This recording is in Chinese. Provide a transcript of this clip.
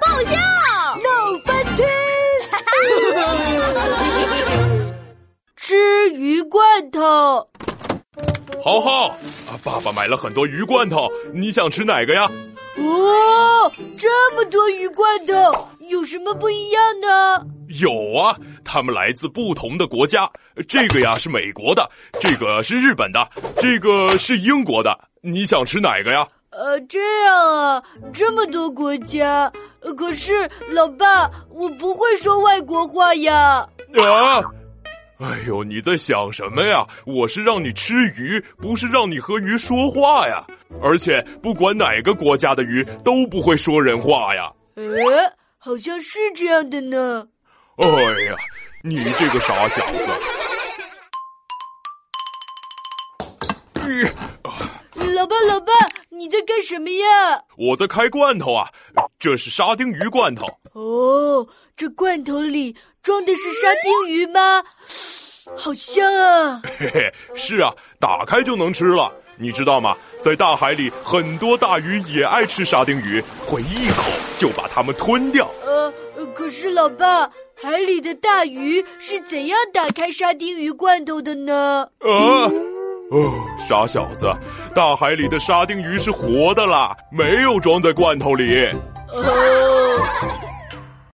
爆笑闹翻天！吃鱼罐头，豪豪，啊，爸爸买了很多鱼罐头，你想吃哪个呀？哦，这么多鱼罐头，有什么不一样呢？有啊，它们来自不同的国家，这个呀是美国的，这个是日本的，这个是英国的。你想吃哪个呀？呃，这样啊，这么多国家，呃可是老爸，我不会说外国话呀。啊！哎呦，你在想什么呀？我是让你吃鱼，不是让你和鱼说话呀。而且不管哪个国家的鱼都不会说人话呀。诶，好像是这样的呢。哎呀，你这个傻小子！呃老爸，老爸，你在干什么呀？我在开罐头啊，这是沙丁鱼罐头。哦，这罐头里装的是沙丁鱼吗？好香啊！嘿嘿，是啊，打开就能吃了，你知道吗？在大海里，很多大鱼也爱吃沙丁鱼，会一口就把它们吞掉。呃，呃可是老爸，海里的大鱼是怎样打开沙丁鱼罐头的呢？啊，哦，傻小子，大海里的沙丁鱼是活的啦，没有装在罐头里。哦。